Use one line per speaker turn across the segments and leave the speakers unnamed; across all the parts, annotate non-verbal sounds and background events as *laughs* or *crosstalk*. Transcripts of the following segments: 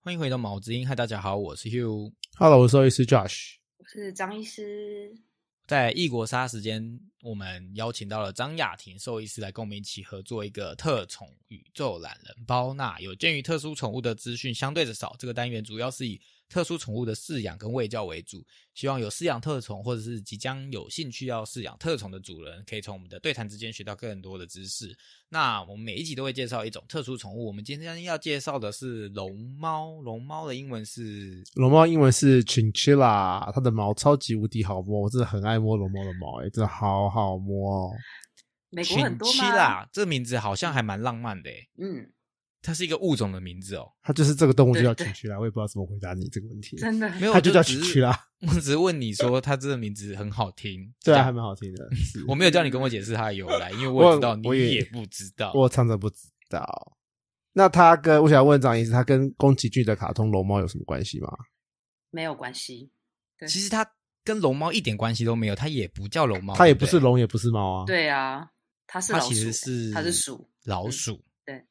欢迎回到毛之音，嗨，大家好，我是 Hugh。
Hello，我是兽医师 Josh。
我是张医师。
在异国杀时间，我们邀请到了张雅婷兽医师来跟我们一起合作一个特宠宇宙懒人包。那有鉴于特殊宠物的资讯相对的少，这个单元主要是以特殊宠物的饲养跟喂教为主。希望有饲养特宠或者是即将有兴趣要饲养特宠的主人，可以从我们的对谈之间学到更多的知识。那我们每一集都会介绍一种特殊宠物，我们今天要介绍的是龙猫。龙猫的英文是
龙猫英文是 Chinchilla，它的毛超级无敌好摸，我真的很爱摸龙猫的毛、欸，哎，真的好好摸哦。
美国很多吗？
Chinchilla，这名字好像还蛮浪漫的诶，
嗯，
它是一个物种的名字哦。
它就是这个动物就叫
对对
Chinchilla，我也不知道怎么回答你这个问题。
真的
没有，
它就
我
叫
只是
Chinchilla
*laughs* 我只是问你说它这个名字很好听，这
对啊，
样
还蛮好
*laughs*
听的。是
我没有叫你跟我解释它的由来，因为我也知道你
我也
也不知道。
我常常不知道。那它跟我想问张医师，它跟宫崎骏的卡通龙猫有什么关系吗？
没有关系。对
其实它跟龙猫一点关系都没有，它也不叫龙猫，
它也不
对
是
对，
龙，也不是猫啊。，
对啊，它是
它
老
哦
鼠，
其实是
它是鼠。
老鼠。
嗯对，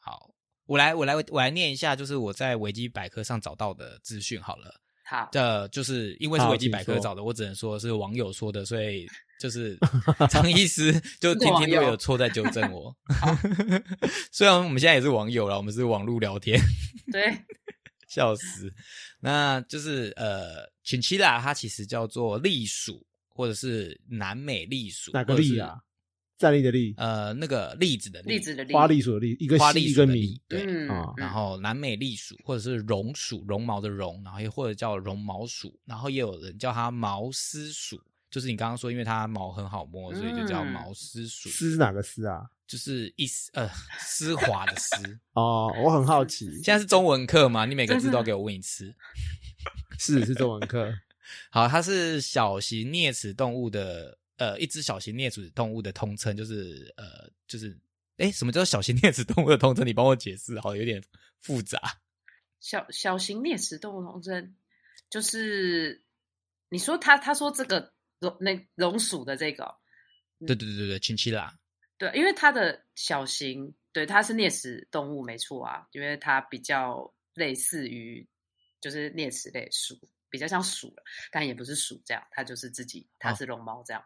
好，我来我来我来念一下，就是我在维基百科上找到的资讯好了。
好，
这呃就是因为是
好
维基百
请
科
说
找的，我只能说是网友说的，所以就是张医
*laughs*
师就
这个
天
网
天都
友
有错在纠正我
好。
*laughs* 虽然我们现在也是网友了，我们是网络聊天，
对，
笑死。那就是呃，群七啦，它其实叫做栗鼠，或者是南美栗鼠，
哪个
或者是
栗啊？站立的立，
呃，那个栗子的
栗子的栗，
花栗鼠的栗，一个
花
西
栗
一
鼠
个
的
米
栗，，对，
嗯，
啊
嗯，
然后南美栗鼠或者是绒鼠，绒毛的绒，然后又或者叫绒毛鼠，然后也有人叫它毛丝鼠，就是你刚刚说，因为它毛很好摸，所以就叫
嗯
毛丝鼠，
丝是哪个丝啊？
就是一丝呃丝滑的丝。
哦，我很
*laughs*
好奇，
现在是中文课嘛？你每个字
真的啊
都给我问一次。
是是中文
*laughs*
课。
好，它是小型啮齿动物的呃一只小型啮齿动物的通称，就是呃就是。哎，什么叫小型 *laughs* 啮齿动物的通称？你帮我解释，好，有点复杂。
小小型啮齿动物童真，就是你说他他说这个龙那龙鼠的这个哦，
对对对对对，亲戚啦，
对，因为它的小型，对，它是啮齿动物，没错啊，因为它比较类似于就是啮齿类鼠，比较像鼠了，但也不是鼠这样，它就是自己，它
哦
是龙猫这样，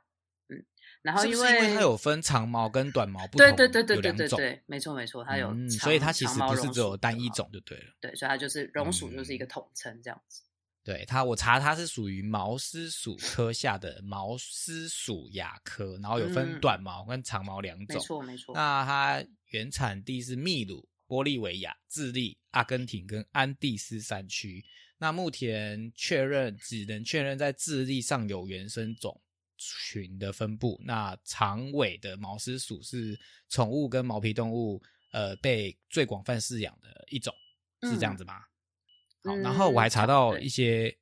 嗯，然后
是不是
为
它有分长毛跟短毛不同，
对对对对
有
对
两
对
种，
对，没错没错，它有长、
嗯，所以它其实
长毛
不是
绒
只有
鼠
单
的
一
嘛，
种就嗯对了。
对，所以它就是绒鼠就是一个统称这样子，
对它，我查它是属于毛丝属科下的毛丝属亚科，然后有分
嗯
短毛跟长毛两
没
种。
错没错，
那它原产地是秘鲁、玻利维亚、智利、阿根廷跟安第斯山区。那目前确认只能确认在智利上有原生种群的分布。那长尾的毛丝鼠是宠物跟毛皮动物呃被最广泛饲养的一种，
嗯
是这样子吗？好，然后我还查到一些，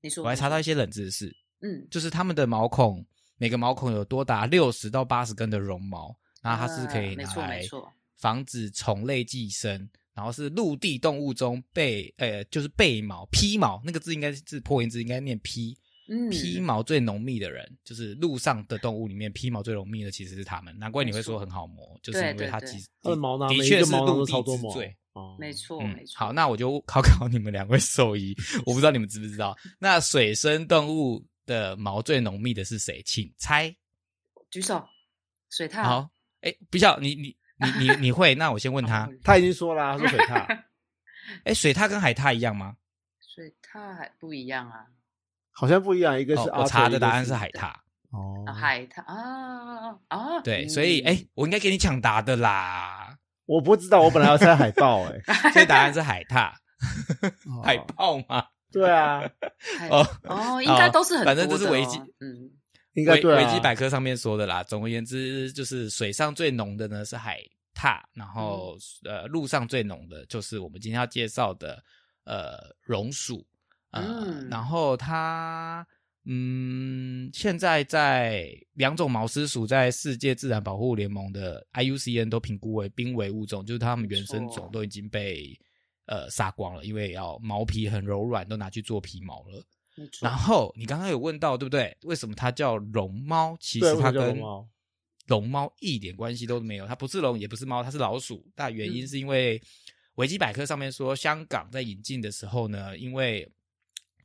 你说
我还
你
查到
说
一些冷知识，
嗯
就是它们的毛孔，每个毛孔有多达六十到八十根的绒毛，那它是可以
啊没
拿
错没
来
错
防止虫类寄生，然后是陆地动物中被呃就是背毛披毛那个字应该是破音字，应该念披
嗯
披毛最浓密的人，就是陆上的动物里面披毛最浓密的其实是它们，难怪你会说
没错
很好摸，就是
对
因为
对
它
对
其实
它的毛囊，
的
每一
确
个
是
毛囊
陆
都
地
超多
之
毛
最。，
哦
没错、没错，
嗯好，那我就考考你们两位兽医，我不知道你们知不知道，那水生动物的毛最浓密的是谁？请猜。
举手水獭
好，哎、不笑，你
*laughs*
你你你你会？那我先问
哦
他，
他已经说啊啦，他说水
*laughs*
*laughs*
獭
哎、水獭跟海獭一样吗？
水獭还不一样啊，
好像不一样，一个是
哦
阿、
我查的答案是海獭，
哦
啊，海獭啊啊啊！
对，所以哎、
嗯，
我应该给你抢答的啦，
我不知道，我本来要猜海豹哎、
所以答案是海
*laughs*
獭，*laughs*
哦
海豹吗？
对啊，
海
哦
哦，应该都是很
反正这
多
是
的
维
哦
基
嗯，
应该
维
对啊。
维基百科上面说的啦。总而言之，就是水上最浓的呢是海獭，然后、
嗯
呃陆上最浓的就是我们今天要介绍的呃榕鼠，呃、
嗯
然后它嗯现在在两种毛丝鼠在世界自然保护联盟的 IUCN 都评估为濒危物种，就是它们原生
没错
种都已经被。呃，杀光了，因为要毛皮很柔软，都拿去做皮毛了。
没错
然后你刚刚有问到，对不对？为什么它叫龙猫？其
对
实它
为什么叫
跟
龙猫
龙猫一点关系都没有，它不是龙，也不是猫，它是老鼠。那原因
嗯
是因为、维基百科上面说，香港在引进的时候呢，因为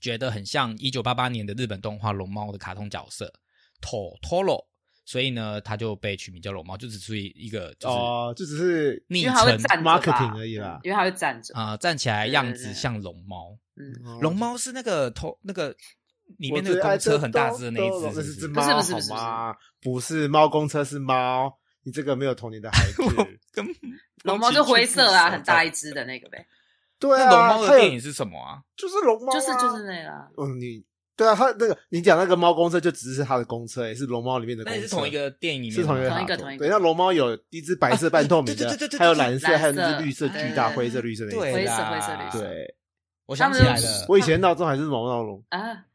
觉得很像一九八八年的日本动画《龙猫》的卡通角色 Totoro，所以呢，它就被取名叫龙猫，就只是一个就是
哦，这只是
昵
因为它会
称
站着吧嗯
marketing 而已啦
因为它会站着，
啊、站起来样
对对
子
对
像龙猫。
嗯，
哦
龙猫是那个头那个里面那
我
个
最爱
公车
的
很大只的那
都
一
那
只，
是
是
只
不
猫，
是？
不是不是
好吗？不是猫公车是猫，你这个没
*laughs*
有童年的孩子。
*laughs* 跟
龙猫就灰色啊，很大一
只。
只的那个呗，
对
那
啊，
龙猫
它
的
有
电影是什么啊？
就是龙猫啊，
就是就是那个啊，
嗯，你对啊，他那个你讲那个猫公车就只是他的公车，也是龙猫里面的公
那
车，
也是同一个电影里面
是同一个
的吗
同一
卡
个
通
同一个
对，那龙猫有一只白色半透明的，
啊对对对对对对
还有蓝色，
蓝色
还有那只绿色巨大
对
灰色绿色的那
对
一只。
灰色
啦
灰色绿色
对，
我想起来了，
我以前闹钟还是毛闹龙，
啊，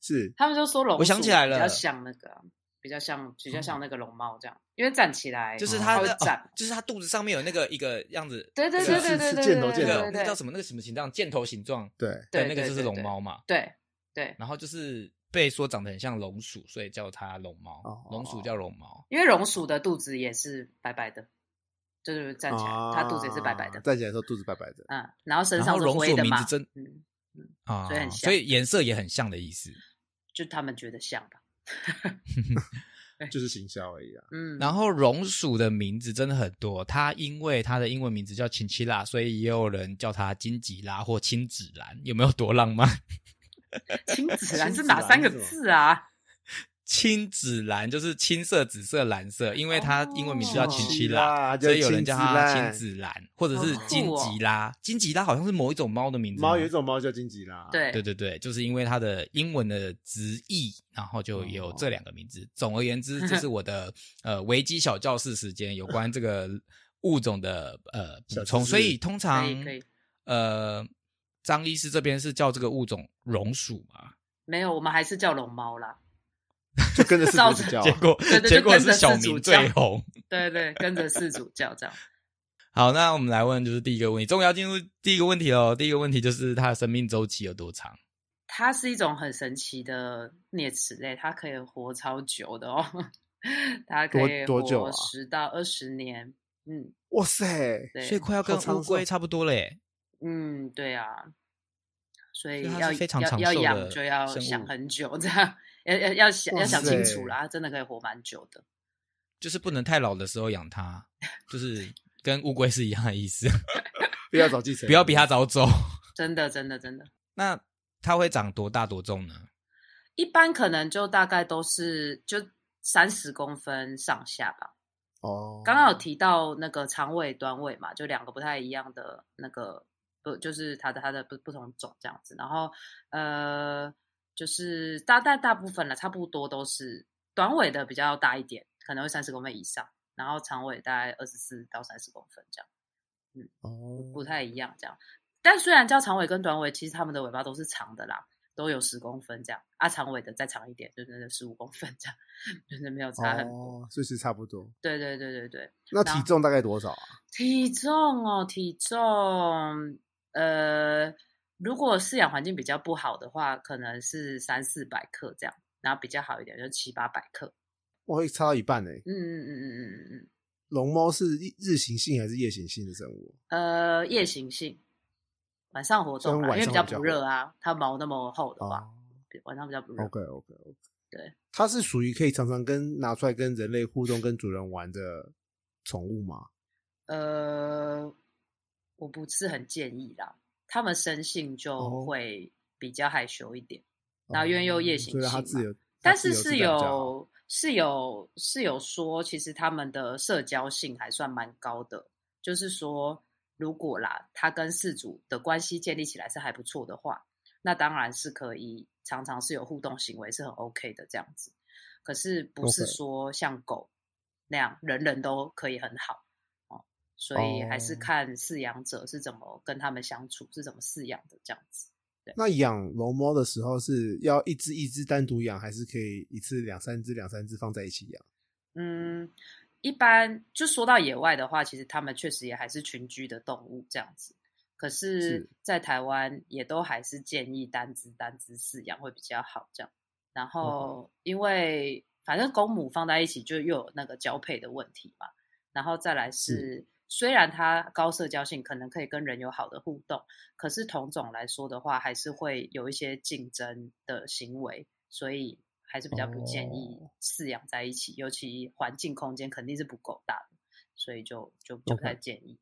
是
他们就说龙，
我想起来
比较
了
像那个啊，比较像比较像那个龙猫这样，因为站起来
就是它
会
的、
站
哦，就是它肚子上面有那个一个样子，
对对
那
对
个
对对
是
对，
箭头
那
箭
个
头
对
那个
对
叫
对
什么那个什么形状，箭头形状，
对，
对，
对
那个就
对
是
对
龙
对
猫嘛。
对对，
然后就是被说长得很像龙鼠，所以叫它龙猫
哦，
龙鼠叫龙猫。
因为榕鼠的肚子也是白白的，就是站起来，它肚子也是白白的
啊，站起来的时候肚子白白的，
嗯，然后身
然
上
后
是
龙
灰
鼠
的
名
嘛
字，真
嗯，
啊
哦
所以很像
所以颜色也很像的意思。
就他们觉得像吧，
就是行销而已啊。
嗯，
然后榕鼠的名字真的很多，它因为它的英文名字叫琴奇拉，所以也有人叫它金吉拉或青紫兰，有没有多浪漫？
青紫
*laughs*
兰啊
青
是
紫
哪
兰
三
是
个
什么
字啊？
青紫兰就是青色、紫色、蓝色，因为它英文名字叫琴奇拉，
哦
所以有人叫它
就
青
青紫
紫兰，或者是
好酷
金
哦
吉拉。金吉拉好像是某一种猫的名字吗，
猫有一种猫叫金吉拉，，
对
对对对，就是因为它的英文的直译，然后就有这两个名字。总而言之，这是我
*laughs*
的呃维基小教室时间有关这个物种的呃补
小
充。
知识
所以通常
可以可以
呃，张医师这边是叫这个物种榕鼠嘛？
没有，我们还是叫龙
*laughs*
猫啦。
就跟着四
照
主
着
叫啊。
结果
对对
结果
就跟着
是小
四主
明
叫
最红。
对对，跟着四主教这样。
好，那我们来问就是第一个问题，终于要进入第一个问题喽。第一个问题就是它的生命周期有多长？
它是一种很神奇的啮齿类，它可以活超久的哦， *laughs* 它可
多
以
多久
活
啊
十到二十年。嗯，
哇塞，
对，
所以快要跟
好长
乌龟
寿
差不多了耶。
嗯，对啊，所以
所以它
要
是非常长
要
寿
要
的
养就要
生
想
物
很久，这样 *laughs* 要要要想
哇
要想清楚
塞
啦，真的可以活蛮久的。
就是不能太老的时候养它， *laughs* 就是跟乌龟是一样的意思，
不要找继承人，
不要比它早走。
真的，真的，真的，
*laughs* 那它会长多大多重呢？
一般可能就大概都是就三十公分上下吧。
哦。
刚刚有提到那个长尾、短尾嘛，就两个不太一样的那个，不就是它的它的不不同种这样子。然后呃，就是大大大部分了，差不多都是短尾的比较大一点，可能会三十公分以上，然后长尾大概二十四到三十公分这样，
哦，
不太一样这样。但虽然叫长尾跟短尾，其实它们的尾巴都是长的啦，都有十公分这样。啊，长尾的再长一点，就真的十五公分这样， *laughs* 就是没有差很多。
哦，所以是差不多。
对对对对对。
那
然
体
后
重大概多少啊？
体重哦，体重，呃，如果饲养环境比较不好的话，可能是三四百克这样，然后比较好一点就七八百克。
我会差到一半呢。
嗯嗯嗯嗯嗯嗯
龙猫是日日行性还是夜行性的生物？
嗯，呃，夜行性，晚上活
所以
动啦，
晚
因为
上
比较
比较
不
活
热啊，它毛那么厚的话，
哦
比晚上比较不热。
，OK OK OK，
对，
哦它是属于可以常常跟拿出来跟人类互动、跟主人玩的宠物吗？
呃，我不是很建议啦，它们生性就
哦
会比较害羞一点，然后因为又夜
哦
行
所以让它
性
自
嘛
由，
但
它自
是是
由自在比较好
有是有是有说，其实他们的社交性还算蛮高的，就是说，如果啦，他跟饲主的关系建立起来是还不错的话，那当然是可以常常是有互动行为是很 OK 的这样子。可是不是
OK
说像狗那样人人都可以很好哦，所以还是
哦
看饲养者是怎么跟他们相处，是怎么饲养的这样子。
那养龙猫的时候是要一只一只单独养，还是可以一次两三只、两三只放在一起养？
嗯，一般就说到野外的话，其实它们确实也还是群居的动物这样子。可是
是，
在台湾也都还是建议单只单只饲养会比较好这样。然后，因为反正公母放在一起就又有那个交配的问题嘛，然后再来是虽然它高社交性可能可以跟人有好的互动，可是同种来说的话，还是会有一些竞争的行为，所以还是比较不建议饲养在一起，尤其环境空间肯定是不够大的，所以就就就不太建议。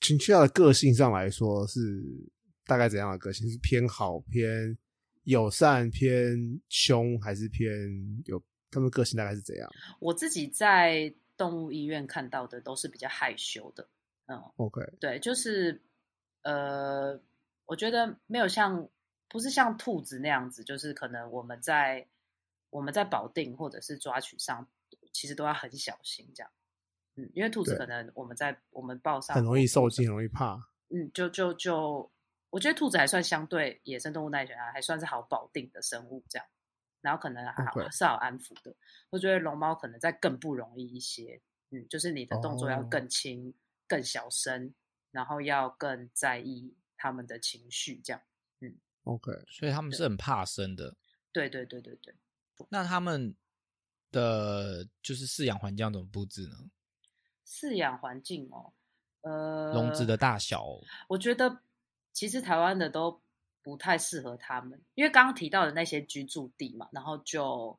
群居的个性上来说是大概怎样的个性？是偏好、偏友善、偏凶，还是偏有？他们个性大概是怎样
我自己在动物医院看到的都是比较害羞的，嗯，
？OK，
对，就是呃，我觉得没有像不是像兔子那样子，就是可能我们在我们在保定或者是抓取上，其实都要很小心这样。嗯，因为兔子
对
可能我们在我们抱上
很容易受
惊。
惊，很容易怕。
嗯，就就就，我觉得兔子还算相对野生动物那一群啊，还算是好保定的生物这样，然后可能还好
OK
是好安抚的。我觉得龙猫可能再更不容易一些，嗯，就是你的动作要
哦
更轻、更小声，然后要更在意它们的情绪这样。
OK，
所以他们是很怕生的。
对对对对对，
那他们的就是饲养环境要怎么布置呢？
饲养环境哦，呃，
笼子的大小
我觉得其实台湾的都不太适合他们，因为刚刚提到的那些居住地嘛，然后就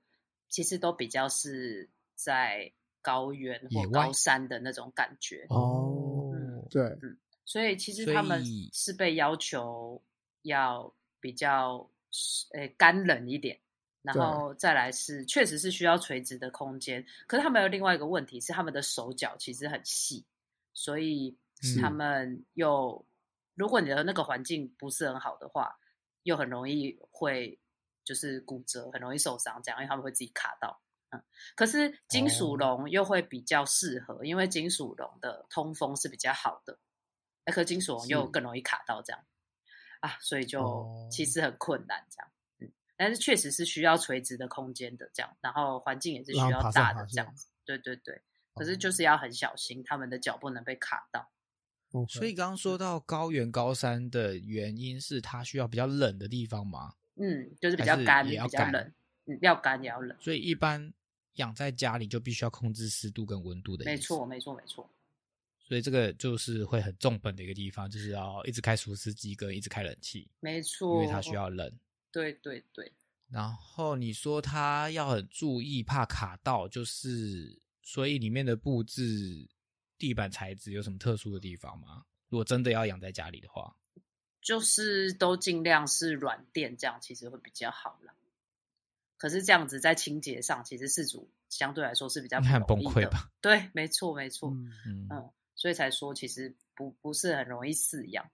其实都比较是在高原
野
或
外
高山的那种感觉，
哦
嗯
对，
所以其实
所
他们
以
是被要求要比较呃干冷一点。然
对
后再来是，确实是需要垂直的空间，可是他们有另外一个问题是，他们的手脚其实很细，所以
是
他们又，如果你的那个环境不是很好的话，又很容易会就是骨折，很容易受伤，这样，因为他们会自己卡到。嗯，可是金属
哦
笼又会比较适合，因为金属笼的通风是比较好的，那可金属笼又
是
更容易卡到这样啊，所以就
哦
其实很困难这样。嗯，但是确实是需要垂直的空间的这样，然后环境也是需
让它
要
爬上
大
爬
的这样
下
子。对对对。可是就是要很小心，他们的脚不能被卡到。
o k
所以刚刚说到高原高山的原因是它需要比较冷的地方嘛，
嗯，就是比
还
较
是
干，
也
比
要
较
干
冷，嗯，要干也要冷。
所以一般养在家里就必须要控制湿度跟温度的。
没错，，没错，没错。
所以这个就是会很重本的一个地方，就是要一直开除湿机跟一直开冷气，
没
因
错，
为它需。要冷。
对对对，
然后你说它要很注意，怕卡到，就是所以里面的布置、地板材质有什么特殊的地方吗？如果真的要养在家里的话，
就是都尽量是软垫，这样其实会比较好啦。可是这样子在清洁上，其实事主相对来说是比较
应该很
不容
崩
易
溃
的
吧？
对，没错，没错。
嗯
嗯，
嗯所以才说其实不不是很容易饲养，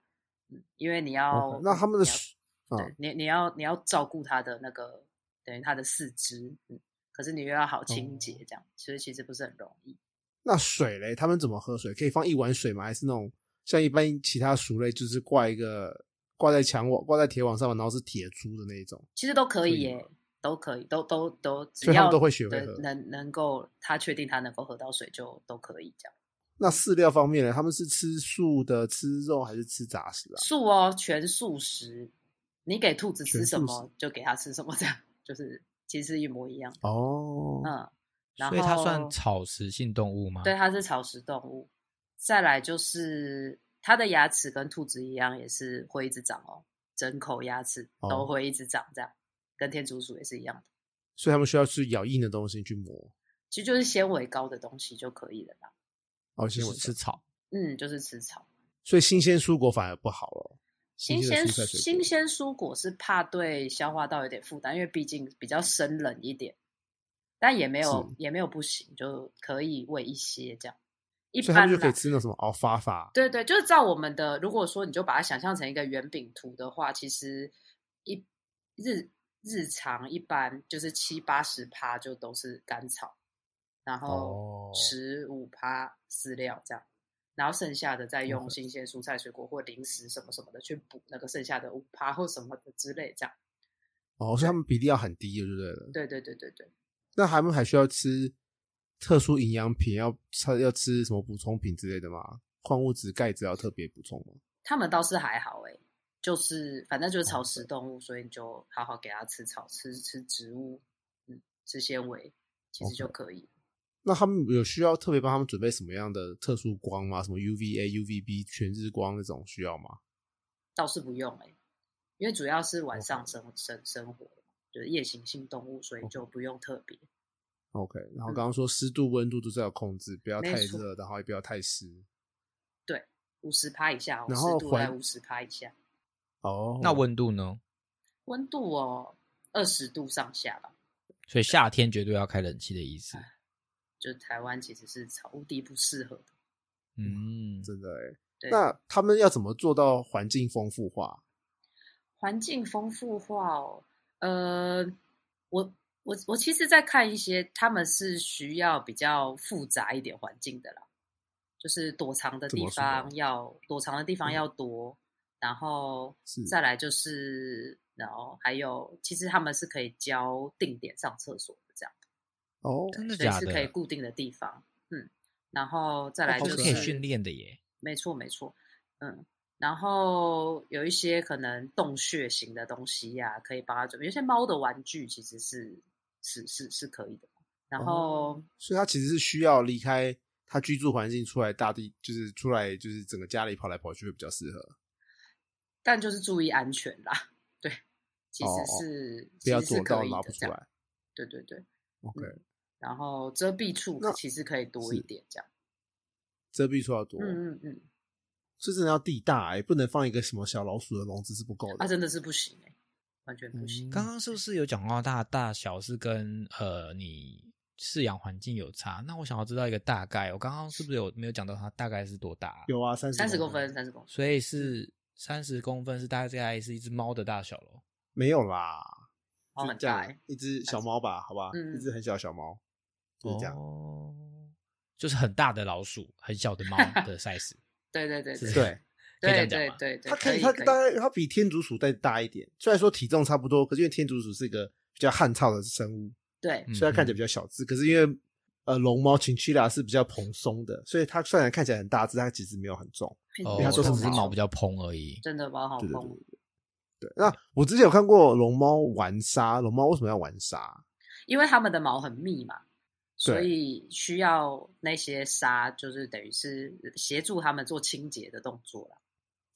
嗯，因为你要
OK，那他们
你
的
要
水啊
对，你你要你要照顾它的那个等于它的四肢，嗯，可是你又要好清洁
哦
这样，所以其实不是很容易。
那水嘞，他们怎么喝水？可以放一碗水吗？还是那种像一般其他鼠类，就是挂一个挂在墙网、挂在铁网上，然后是铁珠的那一种？
其实都可
所
以
以
耶，都可以，都都都，只
所以他们
要
都会学会
能
喝
能能够他确定他能够喝到水就都可以这样。
那饲料方面呢？他们是吃素的、吃肉还是吃杂食啊？
素哦，全素食，你给兔子吃
全
什
素
么就给它吃什么，这样就是其实一模一样。
哦，
嗯，然
所以它算
后
草食性动物吗？
对，它是草食动物。再来就是它的牙齿跟兔子一样，也是会一直长哦，整口牙齿都
哦
会一直长，这样、跟天竺鼠也是一样的。
所以他们需要吃咬硬的东西去磨，
其实就是纤维高的东西就可以了啦。
哦，
就
纤维
是吃
吃，
草。
嗯，就是吃草。
所以新鲜蔬果反而不好了。
新
新
鲜
鲜的蔬菜水
新
果
鲜蔬果是怕对消化道有点负担，因为毕竟比较生冷一点，但也没有
是
也没有不行，就可以喂一些这样。一
所以他
般
们就可以
啦，
吃那什么哦发发，
对对，就是照我们的，如果说你就把它想象成一个圆饼图的话，其实一日日常一般就是七八十趴就都是甘草，然后
哦
十五趴饲料这样，然后剩下的再用
OK
新鲜蔬菜、水果或零食什么什么的去补那个剩下的五趴或什么的之类这样。
哦，所以他们比例要很低的，就对了。
对对对对对，
那他们还需要吃特殊营养品，要吃要吃什么补充品之类的吗？矿物质、钙质要特别补充吗？
他们倒是还好诶、就是反正就是
哦
草食动物，所以你就好好给它吃草、吃吃植物，嗯，吃纤维，其实就可以。
那他们有需要特别帮他们准备什么样的特殊光吗？什么 UVA、UVB 全日光那种需要吗？
倒是不用哎、因为主要是晚上生生生活的嘛，就是夜行性动物，所以就不用特别。
OK，然后
嗯
刚刚说湿度、温度都是要控制，不要
没
太
错
热，然后也不要太湿。
五十趴以下、哦，
然
湿
后
度在
环
五十趴以下，
哦，
那温度呢？
温度哦二十度上下吧。
所以夏天绝对要开冷气的意
哎
思。
就是台湾其实是超地不适合的，
嗯，
真的哎、
对，
那他们要怎么做到环境丰富化？
环境丰富化哦，呃，我我我其实，在看一些他们是需要比较复杂一点环境的啦，就是躲藏的
怎么
地
说嗯
方要躲藏的地方要多，然后
是
再来就是，然后还有，其实他们是可以教定点上厕所的，这样
哦，
真的
所以
假
是可以
的？
固定的地方，嗯，然后再来
哦好
就
这
是
是可以训练的耶。
没错，没错，嗯，然后有一些可能洞穴型的东西呀、可以帮它准备。有些猫的玩具其实是是是是可以的。然后、
所以他其实是需要离开他居住环境，出来大地，就是出来就是整个家里跑来跑去会比较适合。
但就是注意安全啦，对，其实
哦
是、
不
其
要
实
躲
是
到
可以
拉
的
不
这
出
样，嗯
来。
对对对。
OK，
然后遮蔽处
那
其实可以多一点这样，
遮蔽处要多，
嗯嗯嗯，
是真的要地大哎、不能放一个什么小老鼠的笼子是不够的。
啊，真的是不行哎、完全不
嗯
行。
刚刚是不是有讲到它的大小是跟呃你饲养环境有差？那我想要知道一个大概，我刚刚是不是有没有讲到它大概是多大啊、
有啊，三十
三十公分，三十公分，
所以是三十公分，是大概是一只猫的大小咯。
没有啦，
哦，
就
很
这
大、
样
欸，
一只小猫吧，好吧，
嗯
一只很小的小猫，就是这样。
哦，就是很大的老鼠，很小的猫的 size，
对对对对
是
对，
可以这
对
样讲
对
吗？
对对，
它可以，
以
它
可以
大概它比天竺鼠再大一点，虽然说体重差不多，可是因为天竺鼠是一个比较汉草的生物，
对
嗯
虽然看起来比较小只，可是因为呃龙猫群区啦是比较蓬松的，所以它虽然看起来很大只，它其实没有很重。
哦，
因为它说
它
是
只是
毛
毛比较蓬而已。
真的蛮好
对对
碰
对。对，那我之前有看过龙猫玩沙，龙猫为什么要玩沙？
因为它们的毛很密嘛，所
对
以需要那些沙，就是等于是协助它们做清洁的动作啦。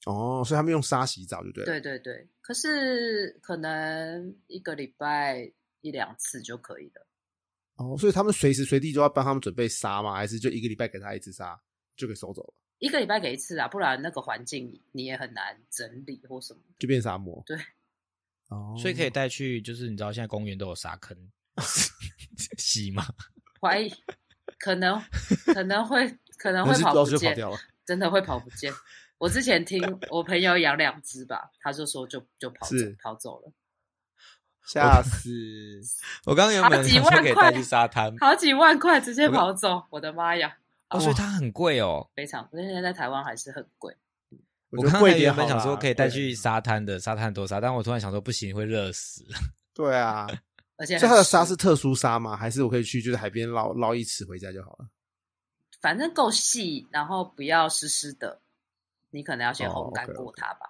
哦，所以他们用沙洗澡，对不对？
对对对，可是可能一个礼拜一两次就可以了。
哦，所以他们随时随地都要帮他们准备沙吗？还是就一个礼拜给他一次沙就给收走了，
一个礼拜给一次啊，不然那个环境你也很难整理或什么。
就变沙漠？
对，
哦，
所以可以带去，就是你知道现在公园都有沙坑 *laughs* 洗吗？ *laughs*
怀疑可
*laughs*
能可能会可能
那
会
是
跑
老
不
鼠就跑
见，
掉
*laughs*
了。
真的会跑不
*laughs*
见。我之前听我朋友养两只吧，他就说就就跑走
是
跑走了。
吓死！
*laughs* 我刚刚原本
好几
想说
万
可以
块
带去沙滩，
好几万块直接
我跟
跑走，我的妈呀！
哦，所以它很贵哦。
非常，那现在在台湾还是很贵。
我
刚
觉得
才
贵一点
原
好
本
啦
想说可以带去
贵
沙滩的，沙滩多沙，但我突然想说不行，会热死。
对啊，
而且
所
很
以它的沙
湿
是特殊沙吗？还是我可以去就是海边捞捞一尺回家就好了？
反正够细，然后不要湿湿的，你可能要先
哦
烘干
OK，
过它吧。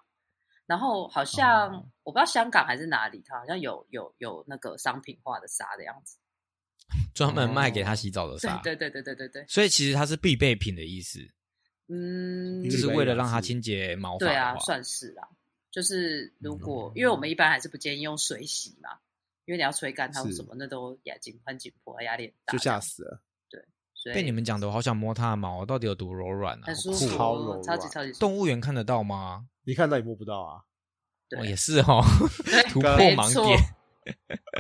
然后好像、我不知道香港还是哪里，它好像有有有那个商品化的沙的样子。
专门卖给他洗澡的
对
沙。
对对对对对对，
所以其实它是必备品的意思，
嗯
就
就是是
必备
为了
品
让它
是
清洁毛发
对啊
的，话。
算是啦、就是
嗯
如果、因为我们一般还是不建议用水洗嘛，因为你要吹干它或
是
什么，那都也紧很紧迫，压力很大
就
这样。
吓死了。
所以
被你们讲的，我好想摸它的毛，到底有多柔软啊！
很
好
舒
酷
服，
哦
超柔
超级
软
超级舒服
动物园看得到吗？哦
你看到也摸不到啊！
对
哦，也是哦，
对
突破
没
盲
错
点。 *laughs*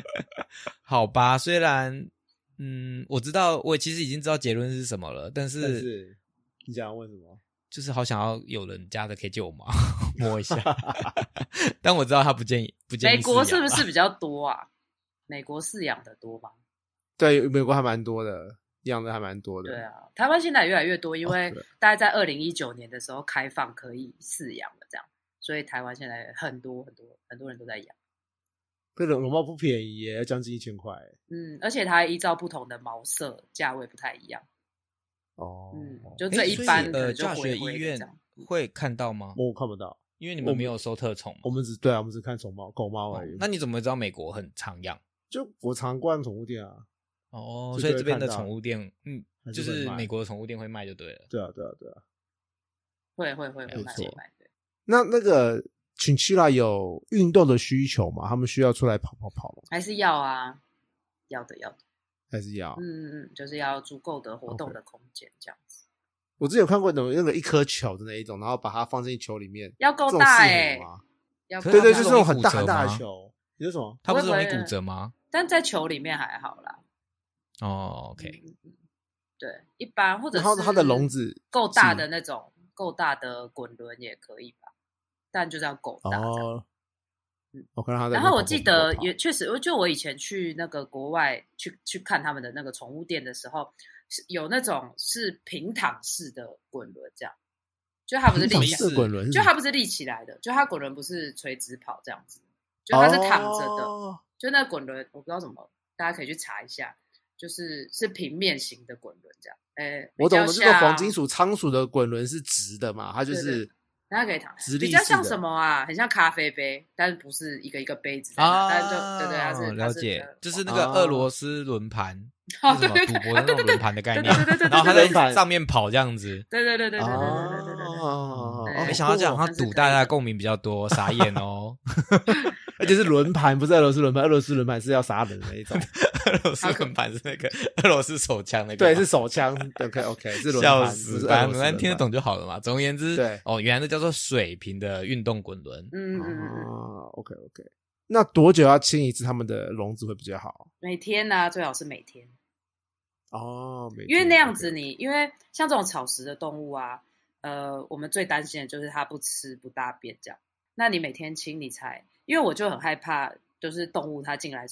好吧，虽然嗯，我知道，我其实已经知道结论是什么了，但
但
是
是你想要问什
*laughs*
么？
就是好想要有人家的可以借我
*laughs*
毛摸一下， *laughs* 但我知道他不建议，不建议
美国
饲
是
养啦
不是比较多啊？ *laughs* 美国饲养的多吗？
对，美国还蛮多的，养的还蛮多的。
对啊，台湾现在也越来越多，因
哦
为
对
大概在二零一九年的时候开放可以饲养了，这样，所以台湾现在很多很多很多人都在养。
这龙龙猫不便宜耶，要将近一千块耶。
嗯，而且它还依照不同的毛色，价位不太一样。
哦
嗯
哦，
就
诶
最一
所以
般的
呃，
就
教
回
学
回
医
的
院
这样
会看到吗？
我看不到，
因为你们没
我
有收特宠嘛
我们只对啊，我们只看宠猫、狗猫
哦
而已。
那你怎么知道美国很常养？
就我常逛宠物店啊，
哦，
就
所以
就会
这边的
看到
宠物店，嗯，
还
就是
会
是
卖
美国的宠物店会卖就对了。
对啊，对啊，对啊。
会会会
没
会买会
错
买对。
那那个群区啦有运动的需求吗？他们需要出来跑跑跑吗？
还是要啊，要的要的，
还是要？
嗯嗯嗯，就是要足够的活动的空间这样
哦
子，
我之前有看过那种那个一颗球的那一种，然后把它放进球里面，
要够
这种
大
适合
哎、
吗
要
可
够
是
对对，
它
就
大
容
是那
易
种
骨
很大
折
很大
吗
的球。你说什么？
它不是容易
我以为
骨折吗？
但在球里面还好啦。
哦，OK，
嗯嗯嗯对，一般或者
然后
是
它的笼子
够大
是
的那种，够大的滚轮也可以吧，但就是要够大这样。
哦，我看到它在那边
然
跑。
后我记得
跑跑
也确实，就我以前去那个国外去去看他们的那个宠物店的时候，是有那种是平躺式的滚轮，这样，就它不是
平
立
躺
立
起
式
式
来，
的滚轮是
就
什么，
它不是立起来的，就它滚轮不是垂直跑这样子，就它是躺着的，
哦
就那滚轮我不知道怎么，大家可以去查一下，就是是平面型的滚轮这样，哎，
我懂
比
了，
较
这个黄
像
金鼠、仓鼠的滚轮是直的嘛，它就
对
是
大家可以躺，
直立
比较
式
像
的
什么啊？很像咖啡杯，但是不是一个一个杯子在那
啊，
但是就对对，它是它
了
是
解
呃，
就是那
哦
个俄罗斯轮盘，
哦，
是
对
什么
对
赌博的那
对，啊对
种
对对
轮盘的概
对
念
对对对，
然后它
对
轮盘
在上面跑这样子。
对对对对对对对对对对对，
哦
对，
哦
没想到这样，
酷哦
好
它
像
是可以
赌大家的共鸣比较
*laughs*
多，傻眼哦。 *laughs*
而且是轮盘，不是俄罗斯轮盘，俄罗斯轮盘是要杀人的那
*laughs*
一
啊
种，
俄罗斯轮盘是那个 *laughs* 俄罗斯手枪那个吗， *laughs*
对，是手枪，OK OK，是轮
笑
盘，
死
不，是俄罗斯
反正
轮
反正
盘
听得懂就好了嘛。总而言之，
对
哦，原来那叫做水平的运动滚轮，
嗯嗯嗯嗯，
哦，OK OK，那多久要清一次他们的笼子会比较好？
每天呢最好是每天，
哦，每
因为
天
那样
OK
子你因为像这种草食的动物啊，呃，我们最担心的就是它不吃不大便这样。那你每天清理才，因为我就很害怕，就是动物它进来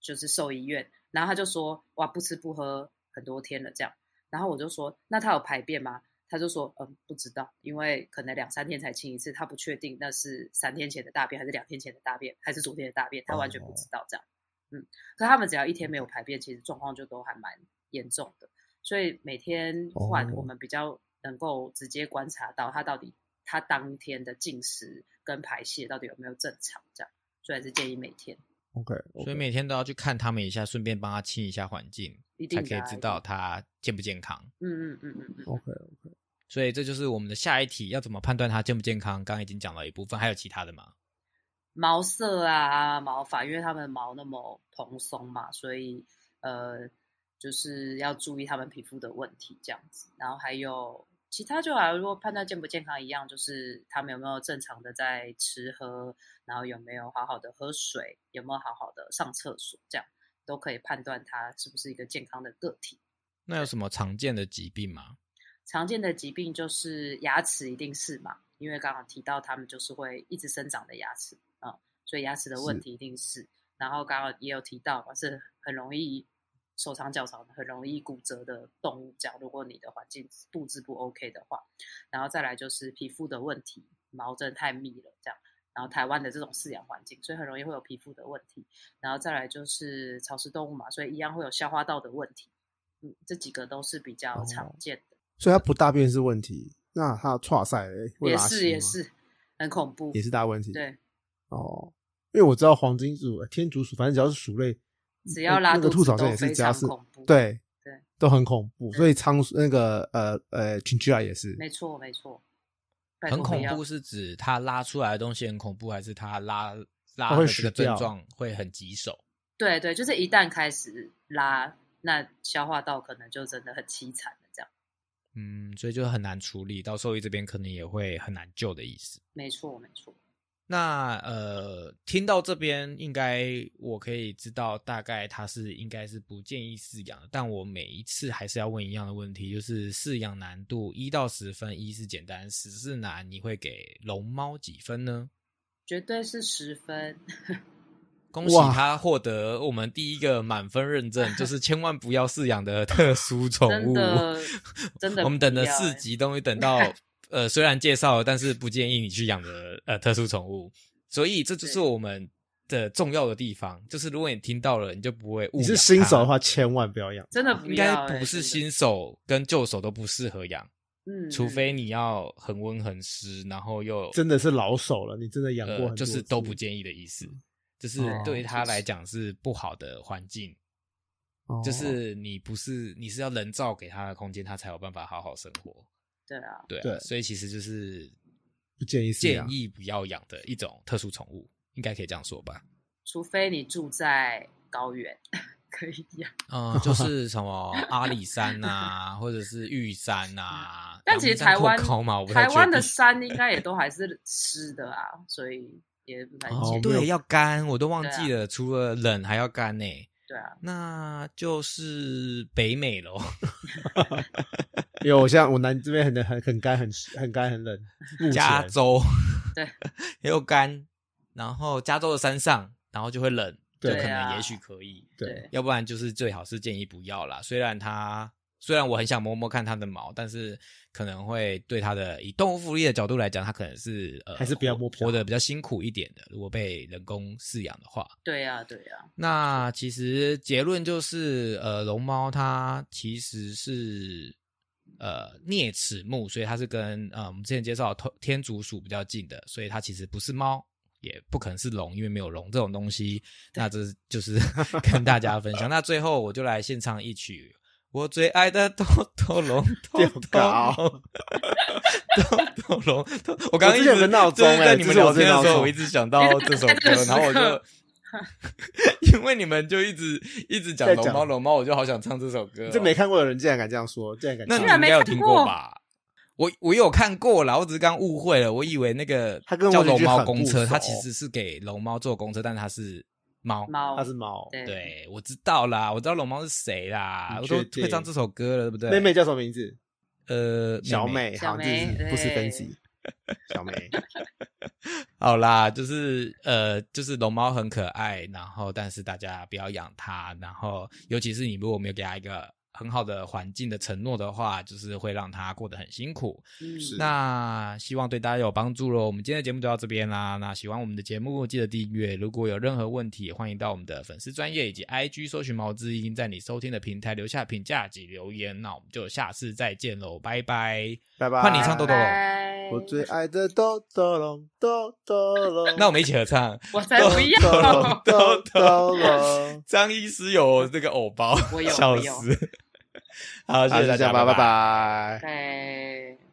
就是兽医院，然后他就说哇不吃不喝很多天了这样，然后我就说那它有排便吗？他就说嗯不知道，因为可能两三天才清一次，他不确定那是三天前的大便还是两天前的大便还是昨天的大便，他完全不知道这样。嗯，可他们只要一天没有排便，其实状况就都还蛮严重的。所以每天换，
哦
我们比较能够直接观察到他到底他当天的进食跟排泄到底有没有正常，这样，所以还是建议每天
OK，
所以每天都要去看他们一下，顺便帮他清一下环境，
一定
才
的
可以
啊
知
一
道
定
他健不健康。
嗯嗯嗯嗯嗯，
OK，
所以这就是我们的下一题，要怎么判断它健不健康？刚刚已经讲到一部分，还有其他的吗？
毛色啊、毛发，因为它们毛那么蓬松嘛，所以呃，就是要注意它们皮肤的问题这样子。然后还有其他就啊，如果判断健不健康一样，就是它们有没有正常的在吃喝，然后有没有好好的喝水，有没有好好的上厕所，这样都可以判断它是不是一个健康的个体。
那有什么常见的疾病吗？
常见的疾病就是牙齿一定是嘛，因为刚刚提到他们就是会一直生长的牙齿啊、所以牙齿的问
是
题一定是。然后刚刚也有提到嘛，是很容易手长脚长、很容易骨折的动物这样。如果你的环境布置不 OK 的话，然后再来就是皮肤的问题，毛真的太密了这样。然后台湾的这种饲养环境，所以很容易会有皮肤的问题。然后再来就是草食动物嘛，所以一样会有消化道的问题。嗯，这几个都是比较
哦
常见的。
所以它不大便是问题，那它串赛
也是也是很恐怖，
也是大问题，
对，
哦，因为我知道黄金鼠、天竺鼠，反正只要是鼠类，
只
那
要拉
那个
肚
兔
子
草生
都
也
非
是，只要
常
是
恐怖，，
对
对
都很恐怖，所以仓鼠那个呃呃群居啊也是，
没错没错，拜
很
托不
恐
要
怖是指它拉出来的东西很恐怖，还是它拉拉
它会
的这个
死掉
症状会很棘手？
对对，就是一旦开始拉，那消化道可能就真的很凄惨了，这样，
嗯，所以就很难处理，到兽医这边可能也会很难救的意思。
没错没错，
那呃，听到这边应该我可以知道，大概它是应该是不建议饲养的。但我每一次还是要问一样的问题，就是饲养难度一到十分，一是简单，十是难，你会给龙猫几分呢？
绝对是十分，
恭喜
哇
它获得我们第一个满分认
*laughs*
证，就是千万不要饲养的特殊宠
真
物。
的真
*laughs*
的
我们等
不
了
要
四
欸
集，终于等
*laughs*
到呃，虽然介绍了，但是不建议你去养的呃特殊宠物，所以这就是
对
我们的重要的地方，就是如果你听到了，你就不会误。
你是新手的，话，千万不要养。
真的不
应
要
该
欸，
不是
真的，
新手跟旧手都不适合养，
嗯，
除
嗯
非你要恒温恒湿，然后又
真的是老手了，你真的养过很
呃
多、嗯
就是都不建议的意思，就是
哦
对
确
他
实
来讲是不好的环境。
哦
就是你不是你是要人造给它的空间，它才有办法好好生活。
对啊，
对啊，
对啊
所以其实就是
不建议饲
建
养
议不要养的一种特殊宠物，应该可以这样说吧？
除非你住在高原，可以养。
嗯，就是什么阿里山啊，或者是玉山 *laughs* 啊。
但其实
阳明
台
山够
湾
高嘛，我不太
台
确
湾的
定
山应该也都还是湿的啊，所以也不太
哦
建议。
没有
对要干，我都忘
对啊
记了，除了冷还要干呢、
对啊，
那就是北美喽。
因为我像我南这边很很很干很很干
*laughs*
很冷，目
加
前 *laughs*
州，
对，
又干，然后加州的山上，然后就会冷，就
对
可能
啊
也许可以，
对，
要不然就是最好是建议不要啦。虽然它虽然我很想摸摸看它的毛，但是可能会对它的以动物福利的角度来讲，它可能是呃
还是不要摸比较好
活得比较辛苦一点的。如果被人工饲养的话，
对啊，对啊，
那其实结论就是，呃，龙猫它其实是呃啮齿目，所以它是跟呃我们之前介绍的头天竺鼠比较近的，所以它其实不是猫，也不可能是龙，因为没有龙这种东西。那这就是 *laughs* 跟大家分享。那最后我就来献唱一曲我最爱的豆豆龙，豆
*laughs*
豆
掉稿
龙。豆豆龙，豆我刚刚一
之前有
直
个闹钟
就是在
欸
你
这
们
是我
聊天
最
的
闹
时候，
钟
我一直想到这首
*laughs*
在这
歌
个，
然后我
时刻
就 *laughs* 因为你们就一直一直讲
在
龙
讲
猫龙猫，我就好想唱这首歌哦、
这没看过的人竟然敢这样说，竟然敢
那
这
你
样
居
应
然
说，
没
该有
看
听
过
过吧？我我有看过啦，我只是刚误会了，我以为那个
它跟
叫
我邻
龙
居
猫
很
公
不
车，它
熟
其实是给龙猫坐公车，但它是猫。
猫
它是猫，
对
对，我知道啦，我知道龙猫是谁啦，
你
啊我都
确
会唱
定
这首歌了，对不对？
妹妹叫什么名字？
呃，
小
妹妹
美，好像就
小
是
美
不是分
对 *laughs*
析，小美，
好啦，就是呃，就是龙猫很可爱，然后但是大家不要养它，然后尤其是你如果没有给它一个很好的环境的承诺的话，就是会让它过得很辛苦。
嗯，
是
那希望对大家有帮助喽。我们今天的节目就到这边啦。那喜欢我们的节目，记得订阅。如果有任何问题，也欢迎到我们的粉丝专业以及 IG 搜寻毛之音，在你收听的平台留下评价及留言。那我们就下次再见喽，拜拜。
拜拜。
换你唱豆豆龙
拜
我最爱的豆豆龙，豆豆龙。
那我们一起合唱。
哎我才不
*laughs* 豆
要
龙，，豆豆龙。
张医师有这个偶包，
我有
笑
我有
死。好，谢 *laughs*
好，
谢
就
大
这
家，
样吧，
拜
拜。拜。
对。